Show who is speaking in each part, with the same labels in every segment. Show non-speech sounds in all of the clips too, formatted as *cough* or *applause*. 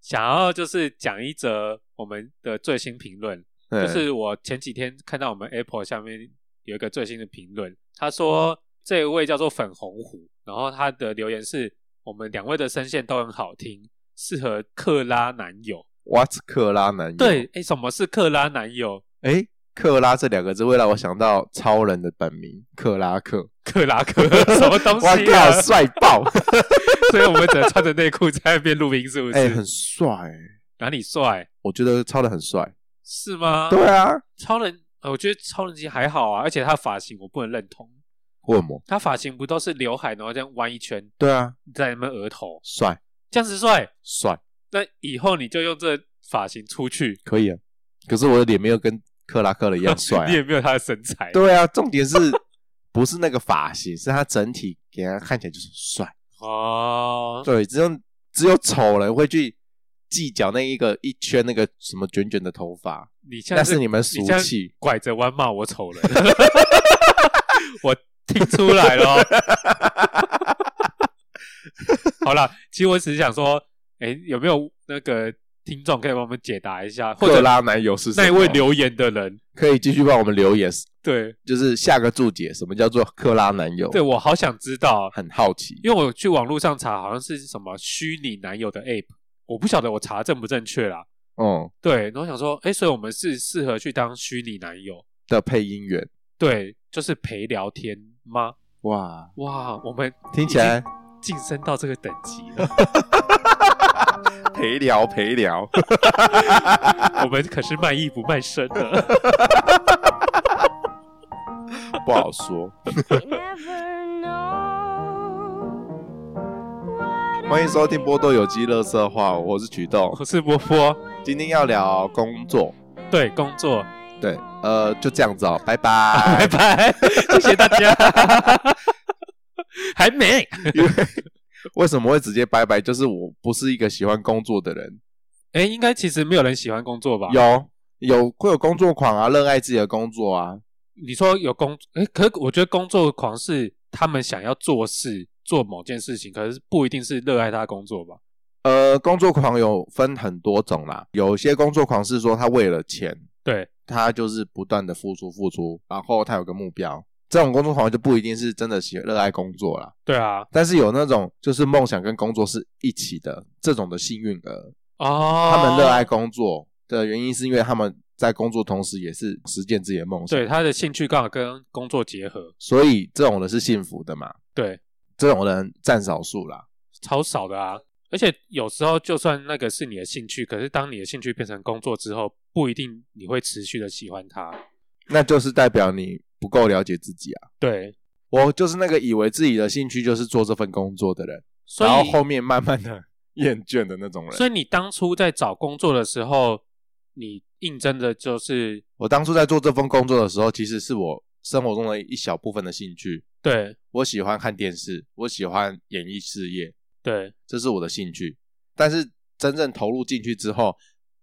Speaker 1: 想要就是讲一则我们的最新评论，
Speaker 2: 嗯
Speaker 1: 就是我前几天看到我们 Apple 下面有一个最新的评论，他说这一位叫做粉红虎，然后他的留言是：我们两位的声线都很好听，适合克拉男友。
Speaker 2: What's 克拉男友？
Speaker 1: 对，，哎，什么是克拉男友？
Speaker 2: 哎，克拉这两个字会让我想到超人的本名克拉克，
Speaker 1: 克拉克 *laughs* 什么东
Speaker 2: *laughs* 哇
Speaker 1: 西啊
Speaker 2: 靠，？帅爆！
Speaker 1: *laughs* 所以我们只能穿着内裤在那边录音，是不是？
Speaker 2: 哎、很帅，
Speaker 1: 哪里帅？
Speaker 2: 我觉得超人很帅。
Speaker 1: 是吗？
Speaker 2: 对啊，
Speaker 1: 超人，呃我觉得超人其实还好啊，而且他的发型我不能认同。
Speaker 2: 为什么？
Speaker 1: 他发型不都是刘海，然后这样弯一圈，
Speaker 2: 对啊，
Speaker 1: 在那边额头，
Speaker 2: 帅
Speaker 1: 这样子帅。
Speaker 2: 帅
Speaker 1: 那以后你就用这发型出去，
Speaker 2: 可以啊，可是我的脸没有跟克拉克的一
Speaker 1: *laughs*
Speaker 2: 样帅、
Speaker 1: 你也
Speaker 2: 啊。
Speaker 1: 没有他的身材。
Speaker 2: 对啊，重点是不是那个发型，是他整体给人家看起来就是帅。
Speaker 1: 哦，
Speaker 2: 对，只有只有丑人会去计较那一个一圈那个什么卷卷的头发，
Speaker 1: 你现在
Speaker 2: 那是你们俗
Speaker 1: 这样
Speaker 2: 气。
Speaker 1: 拐着弯骂我丑人， *laughs* 我听出来了 *laughs* 哦。好啦，其实我只是想说，哎、有没有那个听众可以帮我们解答一下，或
Speaker 2: 克
Speaker 1: 者
Speaker 2: 拉男友是什
Speaker 1: 那一
Speaker 2: 么
Speaker 1: 位留言的人？
Speaker 2: 可以继续帮我们留言，
Speaker 1: 对，
Speaker 2: 就是下个注解，什么叫做克拉男友？
Speaker 1: 对，我好想知道，啊
Speaker 2: 很好奇。
Speaker 1: 因为我去网络上查，好像是什么虚拟男友的 app，我不晓得我查正不正确啦。
Speaker 2: 嗯，
Speaker 1: 对，然后想说，哎，所以我们是适合去当虚拟男友，
Speaker 2: 的配音员，
Speaker 1: 对，就是陪聊天吗？
Speaker 2: 哇，
Speaker 1: 哇，我们
Speaker 2: 听起来
Speaker 1: 晋升到这个等级了， *laughs*
Speaker 2: 陪聊陪聊。 *laughs*
Speaker 1: 我们可是卖艺不卖身的。 *laughs*
Speaker 2: 不好说。欢
Speaker 3: 欢
Speaker 2: 迎
Speaker 3: 迎
Speaker 2: 收
Speaker 3: 收
Speaker 2: 听
Speaker 3: 听
Speaker 2: 《
Speaker 3: 波
Speaker 2: 波豆
Speaker 3: 豆
Speaker 2: 有
Speaker 3: 有
Speaker 2: 机
Speaker 3: 机
Speaker 2: 乐
Speaker 3: 乐
Speaker 2: 色
Speaker 3: 色
Speaker 2: 话
Speaker 3: 话》，，
Speaker 2: 我是曲豆
Speaker 1: 我。是波波，
Speaker 2: 今天要聊工作，
Speaker 1: 对，工作，
Speaker 2: 对，呃，就这样子哦，
Speaker 1: *laughs*
Speaker 2: 拜
Speaker 1: 拜
Speaker 2: *laughs* 拜。
Speaker 1: 拜，谢谢大家。 *laughs* 还没，
Speaker 2: 因为为什么会直接拜拜？就是我不是一个喜欢工作的人，
Speaker 1: 哎，应该其实没有人喜欢工作吧？
Speaker 2: 有有会有工作狂啊，热爱自己的工作啊，
Speaker 1: 你说有工，哎，可是我觉得工作狂是他们想要做事，做某件事情，可是不一定是热爱他的工作吧？
Speaker 2: 呃，工作狂有分很多种啦，有些工作狂是说他为了钱，
Speaker 1: 对，
Speaker 2: 他就是不断的付出付出，然后他有个目标。这种工作狂就不一定是真的喜热爱工作啦，
Speaker 1: 对啊，
Speaker 2: 但是有那种就是梦想跟工作是一起的这种的幸运儿，
Speaker 1: 哦，
Speaker 2: 他们热爱，工作的原因是因为他们在工作同时也是实践自己的梦想，
Speaker 1: 对，他的兴趣刚好跟工作结合，
Speaker 2: 所以这种人是幸福的嘛，
Speaker 1: 对，
Speaker 2: 这种人占少数啦。
Speaker 1: 超少的啊。而且有时候就算那个是你的兴趣，可是当你的兴趣变成工作之后，不一定你会持续的喜欢它。
Speaker 2: 那就是代表你不够了解自己啊。
Speaker 1: 对，
Speaker 2: 我就是那个以为自己的兴趣就是做这份工作的人，
Speaker 1: 所
Speaker 2: 然
Speaker 1: 以
Speaker 2: 后后面慢慢的 *laughs* 厌倦的那种人。
Speaker 1: 所以你当初在找工作的时候，你应征的就是
Speaker 2: 我当初在做这份工作的时候，其实是我生活中的一小部分的兴趣。
Speaker 1: 对
Speaker 2: 我喜欢看电视，我喜欢演艺事业，
Speaker 1: 对
Speaker 2: 这是我的兴趣。但是真正投入进去之后，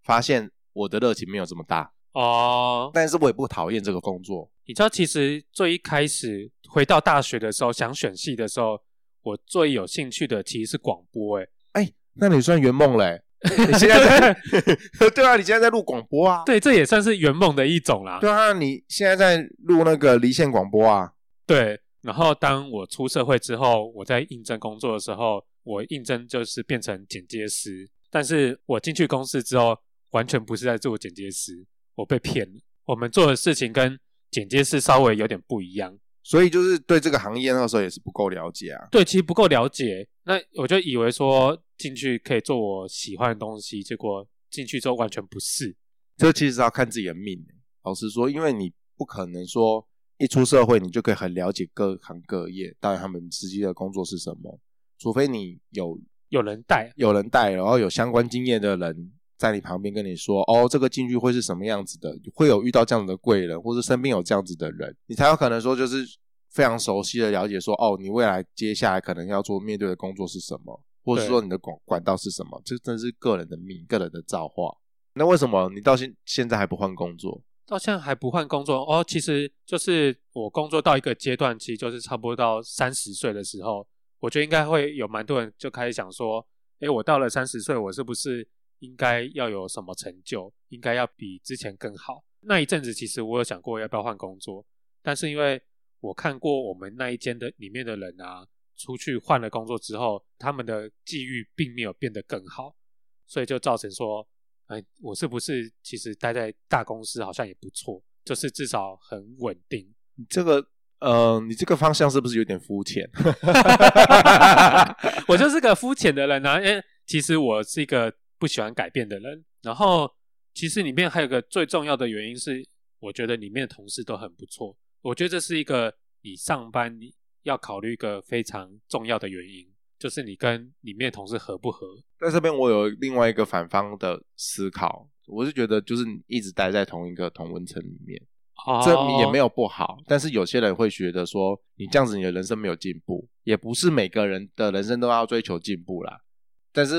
Speaker 2: 发现我的热情没有这么大。
Speaker 1: 哦，
Speaker 2: 但是我也不讨厌这个工作，
Speaker 1: 你知道，其实最一开始回到大学的时候，想选系的时候，我最有兴趣的其实是广播、欸。
Speaker 2: 那你算圆
Speaker 1: *laughs*
Speaker 2: 梦嘞、你现在在对啊，你现在在 *laughs* 录广播啊？
Speaker 1: 对，这也算是圆梦的一种啦。
Speaker 2: 对啊，你现在在录那个离线广播啊？
Speaker 1: 对然后当我出社会之后，我在应征工作的时候，我应征就是变成剪接师，但是我进去公司之后，完全不是在做剪接师，我被骗了。我们做的事情跟剪接师稍微有点不一样。
Speaker 2: 所以就是对这个行业那个时候也是不够了解啊。
Speaker 1: 对，其实不够了解。那我就以为说进去可以做我喜欢的东西，结果进去之后完全不是。
Speaker 2: 这其实要看自己的命、欸老实说，因为你不可能说一出社会你就可以很了解各行各业，当然他们实际的工作是什么，除非你有
Speaker 1: 有人带，
Speaker 2: 有人带，然后有相关经验的人在你旁边跟你说，哦，这个进去会是什么样子的，会有遇到这样子的贵人，或是身边有这样子的人，你才有可能说就是非常熟悉的了解说，哦，你未来接下来可能要做面对的工作是什么，或是
Speaker 1: 对
Speaker 2: 说你的管管道是什么，这真是个人的命，个人的造化。那为什么你到现现在还不换工作？
Speaker 1: 到现在还不换工作哦。其实就是我工作到一个阶段，其实就是差不多到三十岁的时候，我觉得应该会有蛮多人就开始想说，诶，我到了三十岁，我是不是应该要有什么成就，应该要比之前更好。那一阵子其实我有想过要不要换工作，但是因为我看过我们那一间的里面的人啊，出去换了工作之后，他们的际遇并没有变得更好，所以就造成说，哎，我是不是其实待在大公司好像也不错，就是至少很稳定。 *laughs*
Speaker 2: 你这个，呃，你这个方向是不是有点肤 *laughs* 浅？
Speaker 1: 我就是个肤浅的人啊，因为其实我是一个不喜欢改变的人。然后，其实里面还有个最重要的原因是，我觉得里面的同事都很不错。我觉得这是一个你上班你要考虑一个非常重要的原因，就是你跟里面的同事合不合。
Speaker 2: 在这边我有另外一个反方的思考，我是觉得就是你一直待在同一个同温层里面，
Speaker 1: 哦
Speaker 2: 这也没
Speaker 1: 有
Speaker 2: 有不好，但是有些人会觉得说你这样子你的人生没有进步，也不是每个人的人生都要追求进步啦，但是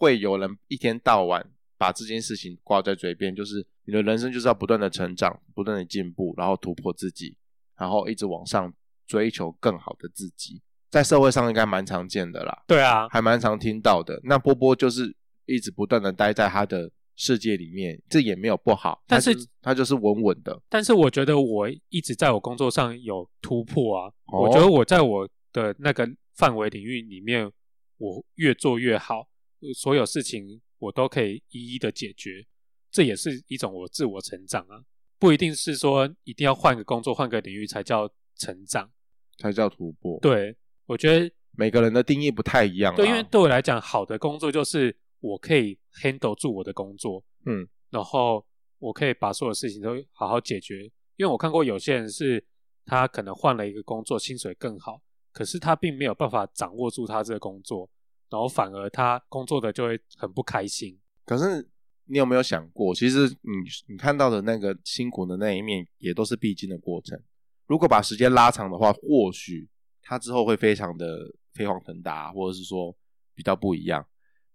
Speaker 2: 会有人一天到晚。把这件事情挂在嘴边，就是你的人生就是要不断的成长，不断的进步，然后突破自己，然后一直往上追求更好的自己，在社会上应该蛮常见的啦。
Speaker 1: 对啊，
Speaker 2: 还蛮常听到的。那波波就是一直不断的待在他的世界里面，这也没有不好，
Speaker 1: 但是
Speaker 2: 他就他就是稳稳的。
Speaker 1: 但是我觉得我一直在我工作上有突破啊，
Speaker 2: 哦
Speaker 1: 我觉得我在我的那个范围领域里面，我越做越好，呃所有事情我都可以一一的解决，这也是一种我自我成长啊，不一定是说一定要换个工作、换个领域才叫成长。
Speaker 2: 才叫突破。，
Speaker 1: 对我觉得，
Speaker 2: 每个人的定义不太一样啊。
Speaker 1: 对，因为对我来讲，好的工作就是我可以 handle 住我的工作，
Speaker 2: 嗯，
Speaker 1: 然后我可以把所有事情都好好解决。因为我看过有些人是，他可能换了一个工作，薪水更好，可是他并没有办法掌握住他这个工作，然后反而他工作的就会很不开心。
Speaker 2: 可是你有没有想过，其实你你看到的那个辛苦的那一面，也都是必经的过程。如果把时间拉长的话，或许他之后会非常的飞黄腾达，或者是说比较不一样。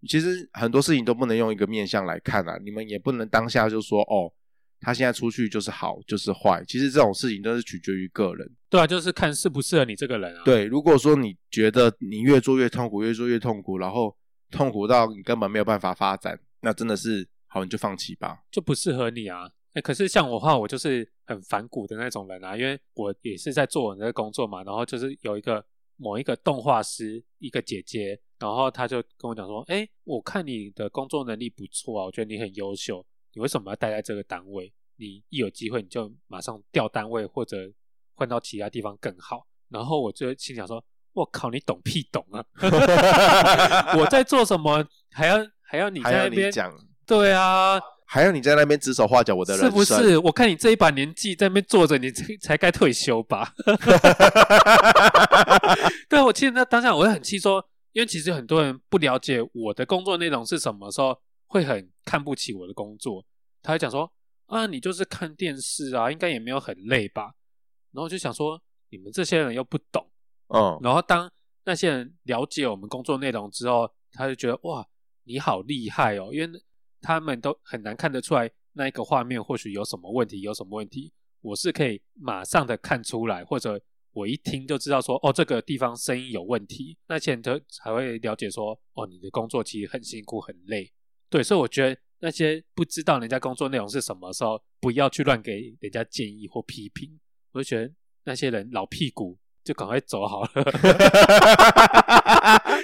Speaker 2: 其实很多事情都不能用一个面向来看啊，你们也不能当下就说哦，他现在出去就是好就是坏。其实这种事情都是取决于个人。
Speaker 1: 对啊，就是看适不适合你这个人啊。，
Speaker 2: 对，如果说你觉得你越做越痛苦，越做越痛苦，然后痛苦到你根本没有办法发展，那真的是好，你就放弃
Speaker 1: *laughs*
Speaker 2: 吧。
Speaker 1: 就不适合你啊。哎，可是像我的话，我就是很反骨的那种人啊，因为我也是在做我的工作嘛，然后就是有一个某一个动画师，一个姐姐，然后她就跟我讲说，哎，我看你的工作能力不错啊，我觉得你很优秀，你为什么要待在这个单位？你一有机会你就马上调单位或者换到其他地方更好。然后我就心想说，我靠，你懂屁懂啊！ *laughs* 我在做什么，还要还要你
Speaker 2: 还要
Speaker 1: 在那
Speaker 2: 你
Speaker 1: 边？
Speaker 2: 讲，哦
Speaker 1: 对啊，
Speaker 2: 还要你在那边指手画脚，我的人
Speaker 1: 是
Speaker 2: 生
Speaker 1: 不？是？我看你这一把年纪在那边坐着，你才才该退休吧？ *laughs* 对，啊我其实那当下我会很气说，因为其实很多人不了解我的工作内容是什么时候，会很看不起我的工作。他会讲说啊，你就是看电视啊，应该也没有很累吧？然后我就想说，你们这些人又不懂。
Speaker 2: 嗯，
Speaker 1: 然后当那些人了解我们工作内容之后，他就觉得哇，你好厉害哦，因为他们都很难看得出来那一个画面或许有什么问题，有什么问题，我是可以马上的看出来，或者我一听就知道说哦，这个地方声音有问题，那些人都才会了解说哦，你的工作其实很辛苦很累，对，所以我觉得。那些不知道人家工作内容是什么的时候，不要去乱给人家建议或批评。我就觉得那些人老屁股就赶快走好了，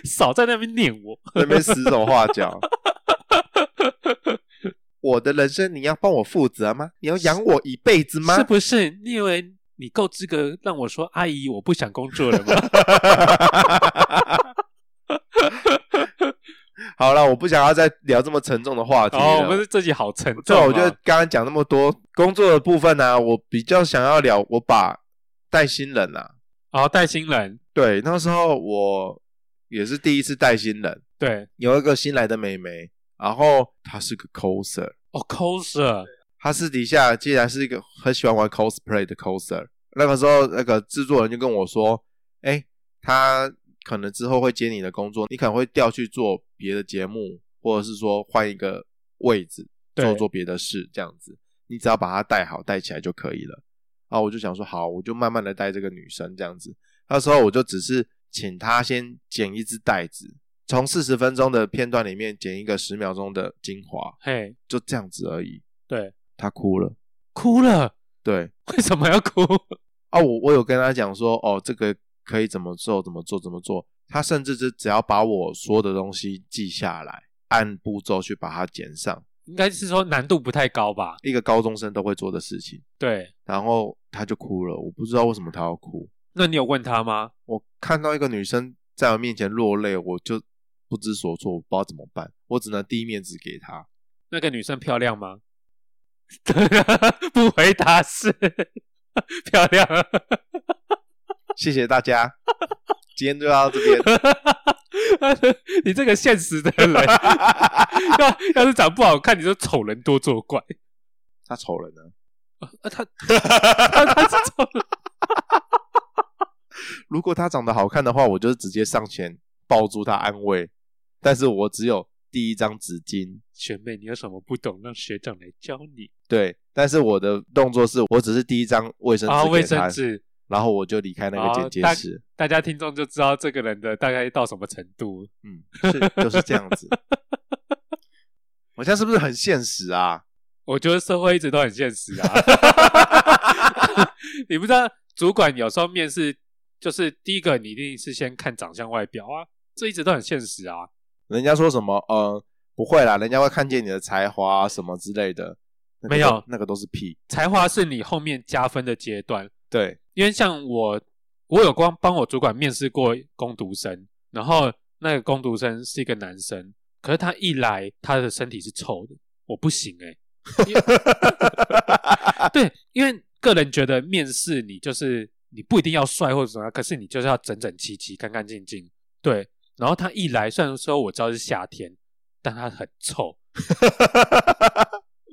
Speaker 1: 少在那边念我。
Speaker 2: 那边指手画
Speaker 1: *laughs*
Speaker 2: 脚。我的人生你要帮我负责吗？你要养我一辈子吗？
Speaker 1: 是不是？你以为你够资格让我说阿姨我不想工作了吗？
Speaker 2: *laughs* *laughs* 好了，我不想要再聊这么沉重的话题了。
Speaker 1: 哦，我们这集好沉
Speaker 2: 啊对，
Speaker 1: 重、啊
Speaker 2: 我觉得刚刚讲那么多工作的部分呢、啊我比较想要聊我把带新人啊，
Speaker 1: 哦，带新人，
Speaker 2: 对，那时候我也是第一次带新人，
Speaker 1: 对，
Speaker 2: 有一个新来的妹妹，然后她是个 coser，
Speaker 1: 哦，coser，
Speaker 2: 他私底下既然是一个很喜欢玩 cosplay 的 coser，那个时候那个制作人就跟我说，哎、他可能之后会接你的工作，你可能会调去做别的节目，或者是说换一个位置
Speaker 1: 对
Speaker 2: 做做别的事这样子，你只要把它带好带起来就可以了。啊，我就想说好，我就慢慢的带这个女生这样子。那时候我就只是请她先剪一只带子，从四十分钟的片段里面剪一个十秒钟的精华，
Speaker 1: 嘿，
Speaker 2: 就这样子而已。
Speaker 1: 对，
Speaker 2: 他哭了，
Speaker 1: 哭了，
Speaker 2: 对
Speaker 1: 为什么要哭？ *laughs*
Speaker 2: 啊，我我有跟他讲说，哦，这个可以怎么做，怎么做，怎么做。他甚至是只要把我说的东西记下来，按步骤去把它剪上，
Speaker 1: 应该是说难度不太高吧？
Speaker 2: 一个高中生都会做的事情。
Speaker 1: 对，
Speaker 2: 然后他就哭了，我不知道为什么他要哭。
Speaker 1: 那你有问他吗？
Speaker 2: 我看到一个女生在我面前落泪，我就不知所措，我不知道怎么办，我只能递面子给她。
Speaker 1: 那个女生漂亮吗？ *laughs* 不回答是 *laughs* 漂亮，
Speaker 2: 谢谢大家，今天就到这
Speaker 1: *laughs*
Speaker 2: 边。
Speaker 1: 你这个现实的人， *laughs* 要要是长不好看，你就丑人多作怪。 *laughs*
Speaker 2: 他丑人呢？
Speaker 1: 啊，他他他是丑人，
Speaker 2: 如果他长得好看的话，我就是直接上前抱住他安慰。但是我只有第一张纸巾，
Speaker 1: 学妹，你有什么不懂，让学长来教你
Speaker 2: 对，但是我的动作是我只是第一张卫生纸
Speaker 1: 啊。卫
Speaker 2: 给
Speaker 1: 生
Speaker 2: 他，
Speaker 1: 纸，
Speaker 2: 然后我就离开那个
Speaker 1: 哦
Speaker 2: 剪接
Speaker 1: 大
Speaker 2: 室。
Speaker 1: 大家听众就知道这个人的大概到什么程度。
Speaker 2: 嗯，是 *laughs* 就是这样子。我现在是不是很现实啊？
Speaker 1: 我觉得社会一直都很现实啊。 *laughs* 你不知道，主管有时候面试，就是第一个你一定是先看长相外表啊，这一直都很现实啊。
Speaker 2: 人家说什么呃不会啦，人家会看见你的才华、啊什么之类的。那个
Speaker 1: 没有
Speaker 2: 都那个都是屁。
Speaker 1: 才华是你后面加分的阶段，
Speaker 2: 对，
Speaker 1: 因为像我，我有光帮我主管面试过攻读生，然后那个攻读生是一个男生，可是他一来，他的身体是臭的，我不行哎、对，因为个人觉得面试你就是你不一定要帅或者什么，可是你就是要整整齐齐、干干净净。对，然后他一来，虽然说我知道是夏天，但他很臭，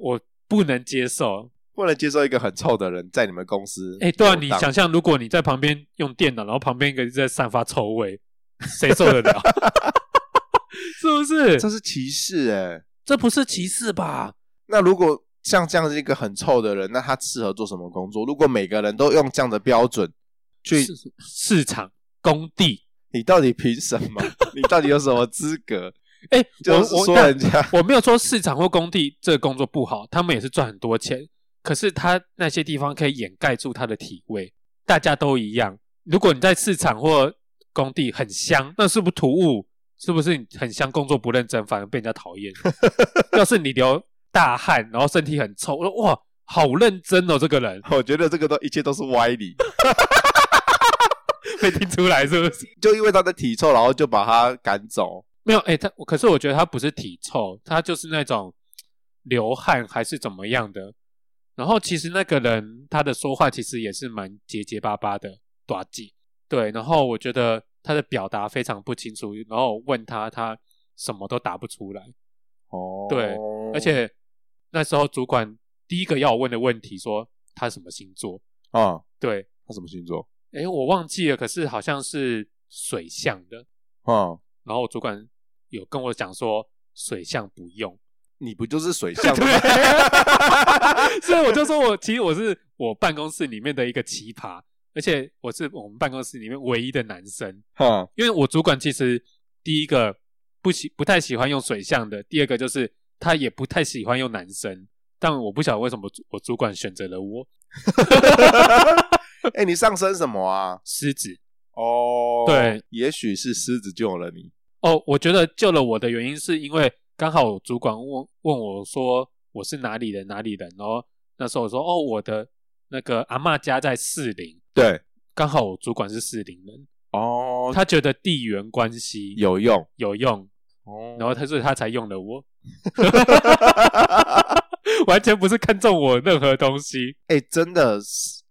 Speaker 1: 我不能接受。
Speaker 2: 不能接受一个很臭的人在你们公司游荡。
Speaker 1: 哎，对啊，你想象如果你在旁边用电脑，然后旁边一个人在散发臭味，谁受得了？ *laughs* 是不是？
Speaker 2: 这
Speaker 1: 这
Speaker 2: 是歧视哎、
Speaker 1: 这不是歧视吧？
Speaker 2: 那如果像这样子一个很臭的人，那他适合做什么工作？如果每个人都用这样的标准去，
Speaker 1: 市市场工地，
Speaker 2: 你到底凭什
Speaker 1: *laughs*
Speaker 2: 么？你到底有什么资格？
Speaker 1: 哎，我
Speaker 2: 就是
Speaker 1: 我
Speaker 2: 说
Speaker 1: 那
Speaker 2: 人家 *laughs*
Speaker 1: 我没有说市场或工地这个工作不好，他们也是赚很多钱，可是他那些地方可以掩盖住他的体味，大家都一样。如果你在市场或工地很香，那是不是突兀？是不是你很香，工作不认真，反而被人家讨厌？要是你流大汗，然后身体很臭，我说哇，好认真哦，这个人
Speaker 2: 我觉得这个都一切都是歪理，
Speaker 1: 被听出来是不是？
Speaker 2: 就因为他的体臭，然后就把他赶走。
Speaker 1: 没有，哎、他可是我觉得他不是体臭，他就是那种流汗还是怎么样的。然后其实那个人他的说话其实也是蛮结结巴巴的，短句。对，然后我觉得他的表达非常不清楚，然后问他，他什么都答不出来。
Speaker 2: 哦
Speaker 1: 对，而且那时候主管第一个要我问的问题说他什么星座？
Speaker 2: 啊、嗯，
Speaker 1: 对，
Speaker 2: 他什么星座？
Speaker 1: 哎，我忘记了，可是好像是水象的。
Speaker 2: 啊、嗯，
Speaker 1: 然后我主管有跟我讲说水象不用。
Speaker 2: 你不就是
Speaker 1: *laughs*
Speaker 2: 水象吗？
Speaker 1: 对， *laughs* 所以我就说我其实我是我办公室里面的一个奇葩，而且我是我们办公室里面唯一的男生，
Speaker 2: 哈，
Speaker 1: 因为我主管其实第一个不喜不太喜欢用水象的，第二个就是他也不太喜欢用男生，但我不晓得为什么我主管选择了我
Speaker 2: 哎、你上升什么啊？
Speaker 1: 狮子。
Speaker 2: 哦，
Speaker 1: 对，
Speaker 2: 也许是狮子救了你。
Speaker 1: 哦，我觉得救了我的原因是因为刚好我主管问问我说我是哪里人哪里人，然后那时候我说哦我的那个阿嬷家在士林。
Speaker 2: 对，
Speaker 1: 刚好我主管是士林人，
Speaker 2: 哦，
Speaker 1: 他觉得地缘关系
Speaker 2: 有用。
Speaker 1: 有用，
Speaker 2: 哦
Speaker 1: 然后他所以他才用了
Speaker 2: *laughs*
Speaker 1: 我，完全不是看中我任何东西。
Speaker 2: 哎、真的，社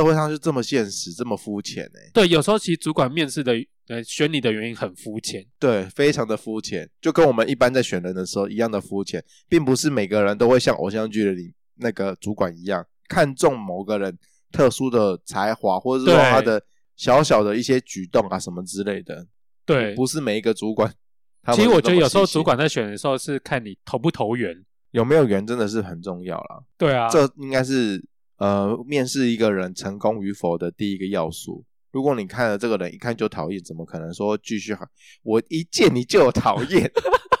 Speaker 2: 社会上就这么现实，这么肤浅哎，
Speaker 1: 对，有时候其实主管面试的呃选你的原因很肤浅，
Speaker 2: 对，非常的肤浅，就跟我们一般在选人的时候一样的肤浅，并不是每个人都会像偶像剧里那个主管一样看重某个人特殊的才华，或者是说
Speaker 1: 对
Speaker 2: 他的小小的一些举动啊什么之类的，
Speaker 1: 对。
Speaker 2: 不是每一个主管。 *laughs* 他们
Speaker 1: 其实我觉得有时候
Speaker 2: 都这么细心
Speaker 1: 主管在选的时候是看你投不投缘，
Speaker 2: 有没有缘真的是很重要啦，
Speaker 1: 对啊，
Speaker 2: 这应该是呃面试一个人成功与否的第一个要素。如果你看了这个人一看就讨厌，怎么可能说继续好？我一见你就讨厌，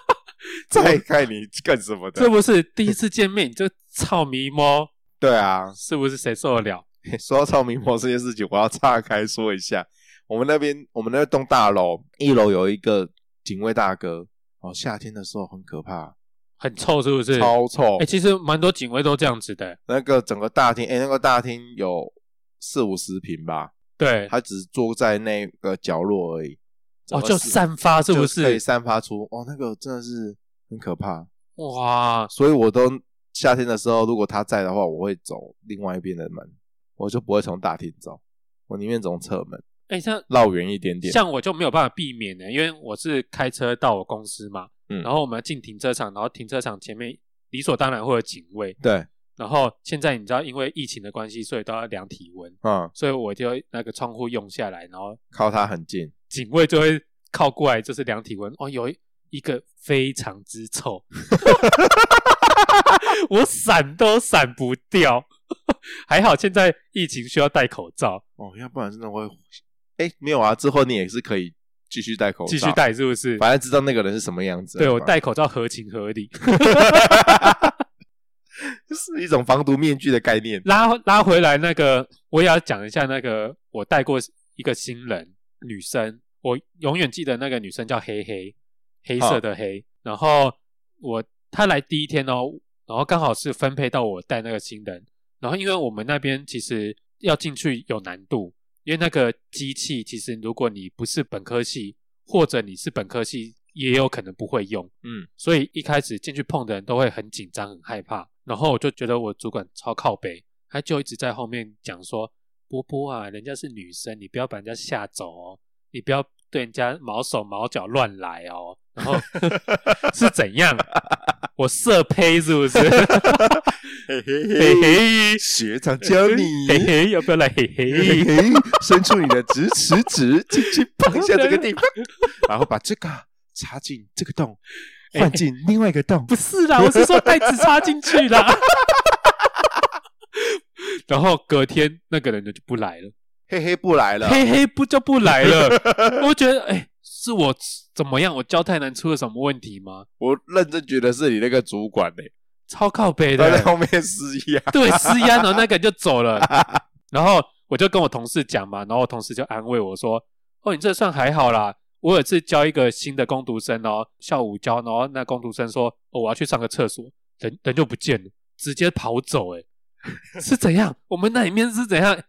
Speaker 2: *laughs* 再看你干什么
Speaker 1: 这
Speaker 2: 的？
Speaker 1: 不是第一次见面你 *laughs* 就操迷猫，
Speaker 2: 对啊， *laughs*
Speaker 1: 是不是谁受得了？
Speaker 2: 说到超迷魔这件事情，我要岔开说一下，我们那边我们那栋大楼一楼有一个警卫大哥，哦，夏天的时候很可怕，
Speaker 1: 很臭是不是？
Speaker 2: 超臭。
Speaker 1: 哎、其实蛮多警卫都这样子的、
Speaker 2: 那个整个大厅，哎、那个大厅有四五十平吧，
Speaker 1: 对，
Speaker 2: 他只坐在那个角落而已。
Speaker 1: 哦，
Speaker 2: 整个
Speaker 1: 就是散发是不
Speaker 2: 就可以
Speaker 1: 是？
Speaker 2: 散发出哦，那个真的是很可怕。
Speaker 1: 哇，
Speaker 2: 所以我都夏天的时候，如果他在的话，我会走另外一边的门，我就不会从大厅走，我宁愿从侧门
Speaker 1: 哎、像
Speaker 2: 绕远一点点。
Speaker 1: 像我就没有办法避免呢、因为我是开车到我公司嘛，
Speaker 2: 嗯
Speaker 1: 然后我们要进停车场，然后停车场前面理所当然会有警卫，
Speaker 2: 对，
Speaker 1: 然后现在你知道因为疫情的关系，所以都要量体温，
Speaker 2: 嗯，
Speaker 1: 所以我就那个窗户用下来，然后
Speaker 2: 靠他很近，
Speaker 1: 警卫就会靠过来，就是量体温。哦，有一一个非常之臭， *laughs* 我闪都闪不掉。还好现在疫情需要戴口罩，
Speaker 2: 哦，要不然真的会，哎、没有啊，之后你也是可以继续戴口罩，
Speaker 1: 继续，戴是不是？
Speaker 2: 反正知道那个人是什么样子。
Speaker 1: 对我，戴口罩合情合理。
Speaker 2: 是一种防毒面具的概念。
Speaker 1: 拉拉回来那个，我也要讲一下那个，我带过一个新人女生，我永远记得那个女生叫黑黑，黑色的黑。然后我她来第一天哦，然后刚好是分配到我带那个新人，然后因为我们那边其实要进去有难度，因为那个机器其实如果你不是本科系，或者你是本科系，也有可能不会用。
Speaker 2: 嗯，
Speaker 1: 所以一开始进去碰的人都会很紧张、很害怕。然后我就觉得我主管超靠北，他就一直在后面讲说：“波波啊，人家是女生，你不要把人家吓走哦，你不要对人家毛手毛脚乱来哦。”然后是怎样？我色胚是不是？
Speaker 2: 嘿
Speaker 1: *laughs*
Speaker 2: 嘿
Speaker 1: 嘿，嘿，
Speaker 2: *laughs* 学长教你。
Speaker 1: 嘿嘿，要不要来嘿
Speaker 2: 嘿
Speaker 1: 嘿？
Speaker 2: 嘿，伸出你的直食指，轻轻碰一下这个地方，然后把这个插进这个洞，换进另外一个洞。
Speaker 1: 不是啦，我是说袋子插进去啦。 *laughs* 然后隔天那个人就不来了，
Speaker 2: 嘿嘿，不来了。
Speaker 1: 黑黑不就不来了？我觉得，哎、是我怎么样？我教太难出了什么问题吗？
Speaker 2: 我认真觉得是你那个主管嘞、
Speaker 1: 超靠北
Speaker 2: 他在
Speaker 1: 的，
Speaker 2: 后面施压。
Speaker 1: 对，施压，然后那个人就走了。然后我就跟我同事讲嘛，然后我同事就安慰我说：“哦，你这算还好啦。我有一次教一个新的工读生哦，下午教，然后那工读生说：‘哦，我要去上个厕所。’人人就不见了，直接跑走、欸，是怎样？我们那里面是怎样？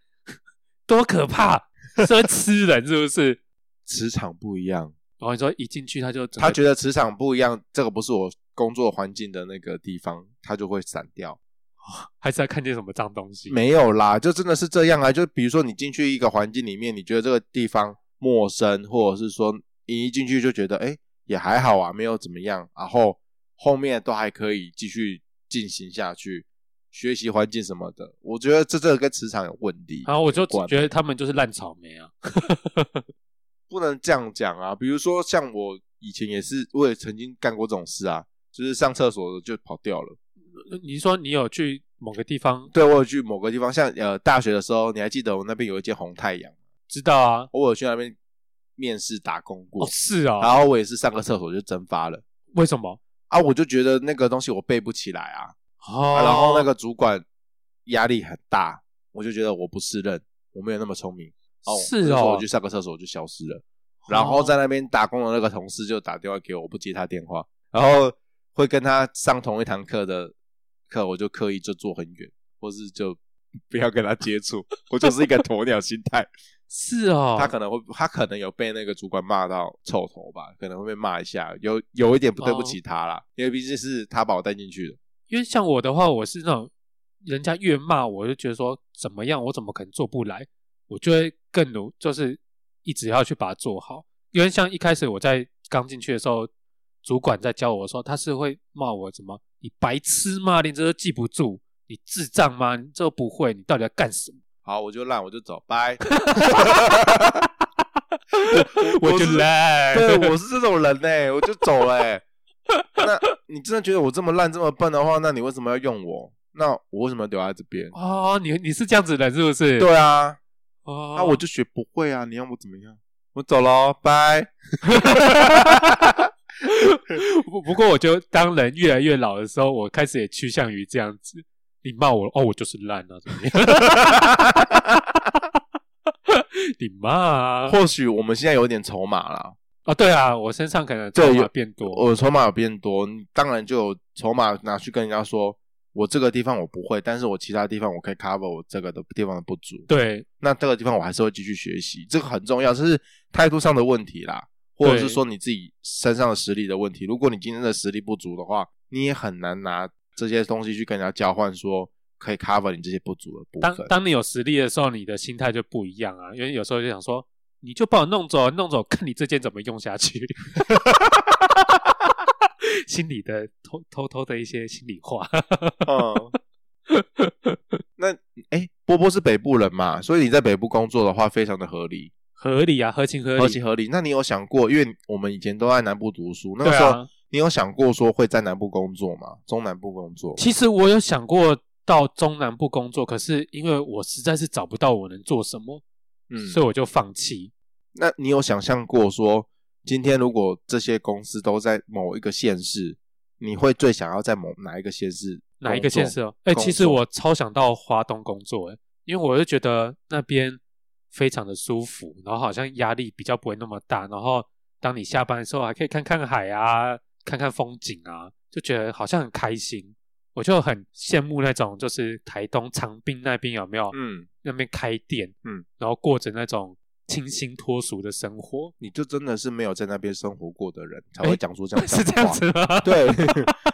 Speaker 1: 多可怕！奢侈人是不是？
Speaker 2: 磁场不一样，
Speaker 1: 然后你说一进去他就整个
Speaker 2: 他觉得磁场不一样，这个不是我工作环境的那个地方，他就会散掉。
Speaker 1: 还是在看见什么脏东西？
Speaker 2: 没有啦，就真的是这样啊。就比如说你进去一个环境里面，你觉得这个地方陌生，或者是说你一进去就觉得哎、诶也还好啊，没有怎么样，然后后面都还可以继续进行下去，学习环境什么的，我觉得这这个跟磁场有问题。
Speaker 1: 然后我就
Speaker 2: 有关
Speaker 1: 觉得他们就是烂草莓啊，
Speaker 2: 不能这样讲啊。比如说，像我以前也是，我也曾经干过这种事啊，就是上厕所就跑掉了。
Speaker 1: 呃你说你有去某个地方
Speaker 2: 对我有去某个地方，像呃大学的时候，你还记得我那边有一间红太阳，
Speaker 1: 知道啊？
Speaker 2: 我有去那边面试打工过，
Speaker 1: 哦，是啊，
Speaker 2: 然后我也是上个厕所就蒸发了
Speaker 1: 为什么？
Speaker 2: 啊，我就觉得那个东西我背不起来啊，
Speaker 1: 哦，
Speaker 2: 啊然后那个主管压力很大，我就觉得我不是人，我没有那么聪明，哦，
Speaker 1: 是
Speaker 2: 我就说
Speaker 1: 哦
Speaker 2: 我去上个厕所我就消失了。然后在那边打工的那个同事就打电话给我，我不接他电话，然后会跟他上同一堂课的课，我就刻意就坐很远，或是就不要跟他接触，我就是一个鸵鸟心态。
Speaker 1: 是哦，
Speaker 2: 他可能会，他可能有被那个主管骂到臭头吧，可能会被骂一下，有有一点
Speaker 1: 哦
Speaker 2: 不对不起他啦，因为毕竟是他把我带进去的。
Speaker 1: 因为像我的话，我是那种人家越骂我，我就觉得说怎么样，我怎么可能做不来？我就会更努，就是一直要去把它做好。因为像一开始我在刚进去的时候，主管在教我的时候，他是会骂我什么“你白痴吗？连这都记不住，你智障吗？你这都不会，你到底要干什么
Speaker 2: 好，我就烂，我就走，拜。？”
Speaker 1: *laughs* *laughs* 我就
Speaker 2: 我是
Speaker 1: 来，
Speaker 2: 对，我是这种人呢、我就走了、欸。那你真的觉得我这么烂、这么笨的话，那你为什么要用我？那我为什么要留在这边？
Speaker 1: 哦，你你是这样子的人是不是？
Speaker 2: 对啊，
Speaker 1: 哦，
Speaker 2: 那我就学不会啊，你要我怎么样？我走喽，拜。
Speaker 1: 不不过，我就当人越来越老的时候，我开始也趋向于这样子。你骂我哦，我就是烂啊，怎么 *laughs* 样？你骂啊？
Speaker 2: 或许我们现在有点筹码啦，
Speaker 1: 哦，对啊，我身上可能
Speaker 2: 对
Speaker 1: 头发
Speaker 2: 有
Speaker 1: 变多，
Speaker 2: 我的呃筹码有变多，你当然就有筹码拿去跟人家说，我这个地方我不会，但是我其他地方我可以 cover 我这个的地方的不足。
Speaker 1: 对
Speaker 2: 那这个地方我还是会继续学习，这个很重要，这是态度上的问题啦，或者
Speaker 1: 对
Speaker 2: 是说你自己身上的实力的问题。如果你今天的实力不足的话，你也很难拿这些东西去跟人家交换，说可以 cover 你这些不足的部
Speaker 1: 当
Speaker 2: 分。
Speaker 1: 当你有实力的时候，你的心态就不一样啊。因为有时候就想说，你就把我弄走，弄走，看你这件怎么用下去。 *laughs* 心里的偷偷偷的一些心里话，
Speaker 2: 嗯， *laughs* 那哎，波波是北部人嘛，所以你在北部工作的话，非常的合理，
Speaker 1: 合理啊，合情合理。
Speaker 2: 合情合理。那你有想过，因为我们以前都在南部读书，那个
Speaker 1: 对
Speaker 2: 时候、
Speaker 1: 啊，
Speaker 2: 你有想过说会在南部工作吗？中南部工作？
Speaker 1: 其实我有想过到中南部工作，可是因为我实在是找不到我能做什么，
Speaker 2: 嗯，
Speaker 1: 所以我就放弃。
Speaker 2: 那你有想象过说，今天如果这些公司都在某一个县市，你会最想要在某哪一个县市？
Speaker 1: 哪一个县市？哦？哎、
Speaker 2: 工作
Speaker 1: 其实我超想到华东工作，哎，因为我就觉得那边非常的舒服，然后好像压力比较不会那么大，然后当你下班的时候还可以看看海啊，看看风景啊，就觉得好像很开心。我就很羡慕那种，就是台东长滨那边有没有、
Speaker 2: 嗯，
Speaker 1: 那边开店，
Speaker 2: 嗯，
Speaker 1: 然后过着那种清新脱俗的生活。
Speaker 2: 你就真的是没有在那边生活过的人才会讲出
Speaker 1: *laughs*
Speaker 2: 这样、
Speaker 1: 是这样。子吗？，
Speaker 2: 对， *laughs*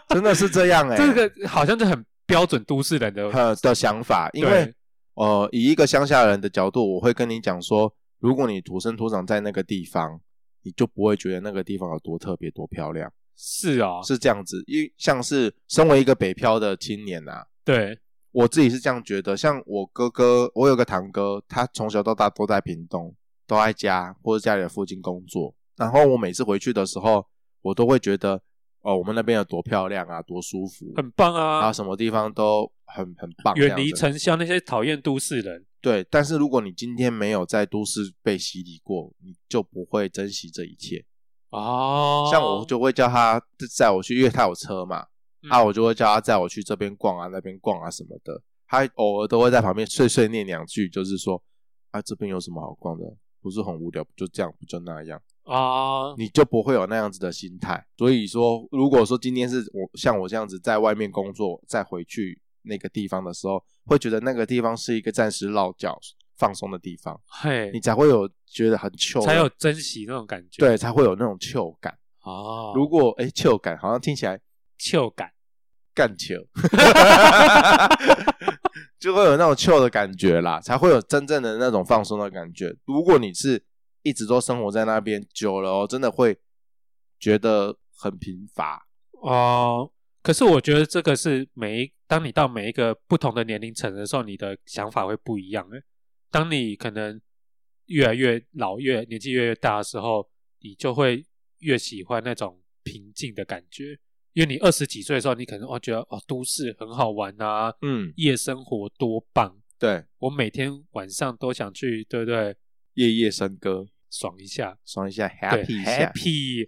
Speaker 2: 真的是这样
Speaker 1: *laughs*
Speaker 2: 哎、
Speaker 1: 这个好像就很标准都市人的，
Speaker 2: 呃的想法，因为
Speaker 1: 对
Speaker 2: 呃，以一个乡下人的角度，我会跟你讲说，如果你土生土长在那个地方，你就不会觉得那个地方有多特别、多漂亮，
Speaker 1: 是哦，
Speaker 2: 是这样子。因为像是身为一个北漂的青年啊，
Speaker 1: 对，
Speaker 2: 我自己是这样觉得。像我哥哥，我有个堂哥，他从小到大都在屏东，都在家或者家里的附近工作。然后我每次回去的时候，我都会觉得，哦，我们那边有多漂亮啊，多舒服，
Speaker 1: 很棒
Speaker 2: 然后
Speaker 1: 啊，
Speaker 2: 什么地方都很很棒，这
Speaker 1: 远
Speaker 2: 样
Speaker 1: 离
Speaker 2: 子
Speaker 1: 城乡那些讨厌都市人，
Speaker 2: 对，但是如果你今天没有在都市被洗礼过，你就不会珍惜这一切。
Speaker 1: 哦，
Speaker 2: 像我就会叫他载我去，因为他有车嘛，
Speaker 1: 嗯
Speaker 2: 啊，我就会叫他载我去这边逛啊，那边逛啊什么的。他偶尔都会在旁边碎碎念两句，就是说啊，这边有什么好逛的？不是很无聊，不就这样，不就那样，
Speaker 1: 啊，
Speaker 2: 你就不会有那样子的心态。所以说，如果说今天是我像我这样子在外面工作，再回去那个地方的时候，会觉得那个地方是一个暂时落脚放松的地方。
Speaker 1: 嘿
Speaker 2: 你，才会有觉得很糗，
Speaker 1: 才有珍惜那种感觉，
Speaker 2: 对，才会有那种糗感。
Speaker 1: 哦，
Speaker 2: 如果哎糗感好像听起来
Speaker 1: 旧感，
Speaker 2: 干
Speaker 1: *laughs*
Speaker 2: 糗，就会有那种糗的感觉啦，才会有真正的那种放松的感觉。如果你是一直都生活在那边久了哦，真的会觉得很贫乏。
Speaker 1: 哦，可是我觉得这个是每一当你到每一个不同的年龄层的时候，你的想法会不一样。诶当你可能越来越老、越年纪越来越大的时候，你就会越喜欢那种平静的感觉。因为你二十几岁的时候，你可能哦觉得哦都市很好玩啊，
Speaker 2: 嗯，
Speaker 1: 夜生活多棒，
Speaker 2: 对，
Speaker 1: 我每天晚上都想去，对不对？
Speaker 2: 夜夜笙歌，
Speaker 1: 爽一下，
Speaker 2: 爽一下
Speaker 1: 对
Speaker 2: ，happy 一下，
Speaker 1: ，happy。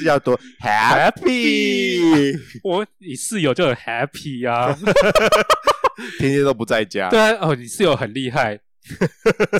Speaker 2: *laughs* 是要多 happy，
Speaker 1: 我你室友就很 happy
Speaker 2: *laughs*
Speaker 1: 啊。
Speaker 2: 天天都不在家。
Speaker 1: 对啊，哦，你室友很厉
Speaker 2: *laughs*
Speaker 1: 害，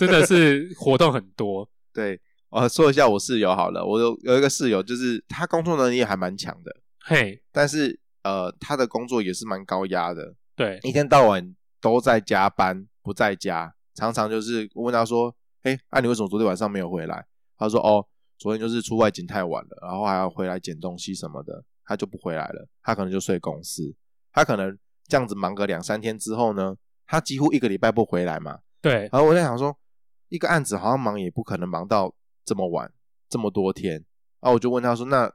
Speaker 1: 真的是活动很多
Speaker 2: 对，呃，说一下我室友好了，我有有一个室友，就是他工作能力还蛮强的，
Speaker 1: 嘿。
Speaker 2: 但是呃，他的工作也是蛮高压的，
Speaker 1: 对，
Speaker 2: 一天到晚都在加班，不在家，常常就是问他说，哎，那、啊、你为什么昨天晚上没有回来？他说，哦，昨天就是出外景太晚了，然后还要回来捡东西什么的，他就不回来了，他可能就睡公司，他可能这样子忙个两三天之后呢，他几乎一个礼拜不回来嘛，
Speaker 1: 对，
Speaker 2: 然后我在想说，一个案子好像忙也不可能忙到这么晚，这么多天。然后我就问他说：“那